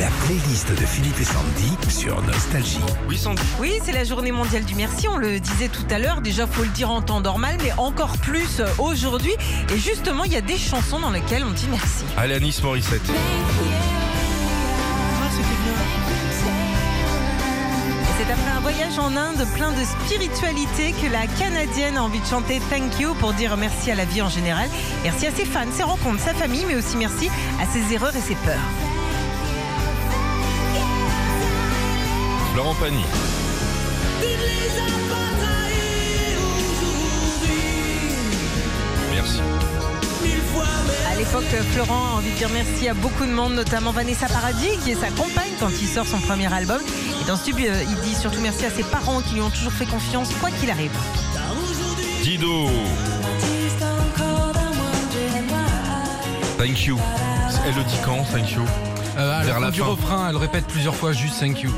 La playlist de Philippe et Sandy sur Nostalgie. Oui, Sandy. Oui, c'est la journée mondiale du merci, on le disait tout à l'heure, déjà faut le dire en temps normal, mais encore plus euh, aujourd'hui. Et justement, il y a des chansons dans lesquelles on dit merci. Alanis Morissette. Et C'est après un voyage en Inde plein de spiritualité que la Canadienne a envie de chanter Thank You pour dire merci à la vie en général, merci à ses fans, ses rencontres, sa famille, mais aussi merci à ses erreurs et ses peurs. Laurent Pagny. Merci. À l'époque, Florent a envie de dire merci à beaucoup de monde, notamment Vanessa Paradis, qui est sa compagne quand il sort son premier album. Et dans ce tube, euh, il dit surtout merci à ses parents qui lui ont toujours fait confiance, quoi qu'il arrive. Dido. Thank you. Elle le dit quand, thank you Euh, à Vers la la fin du fin. refrain, elle répète plusieurs fois juste thank you.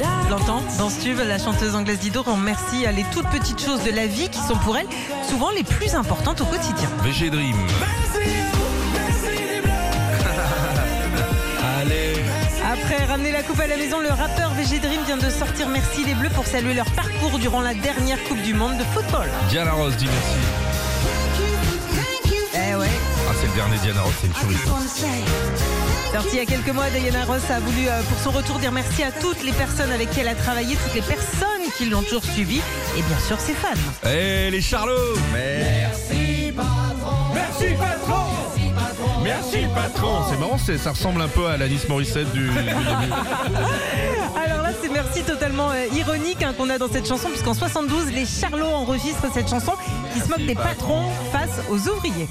Je l'entends. Dans ce tube, la chanteuse anglaise Dido rend merci à les toutes petites choses de la vie qui sont pour elle souvent les plus importantes au quotidien. VG Dream. Allez. Après ramener la coupe à la maison, le rappeur VG Dream vient de sortir Merci les Bleus pour saluer leur parcours durant la dernière Coupe du Monde de football. Diana Ross dit merci. Eh ouais. Ah, c'est le dernier Diana Ross, c'est une tuerie. Sortie il y a quelques mois, Diana Ross a voulu euh, pour son retour dire merci à toutes les personnes avec qui elle a travaillé, toutes les personnes qui l'ont toujours suivie et bien sûr ses fans. Eh les Charlots Merci patron Merci patron Merci patron C'est marrant, c'est- ça ressemble un peu à Alanis Morissette du... Alors là, c'est merci totalement euh, ironique hein, qu'on a dans cette chanson puisqu'en 72, les Charlots enregistrent cette chanson qui se moque des patrons face aux ouvriers.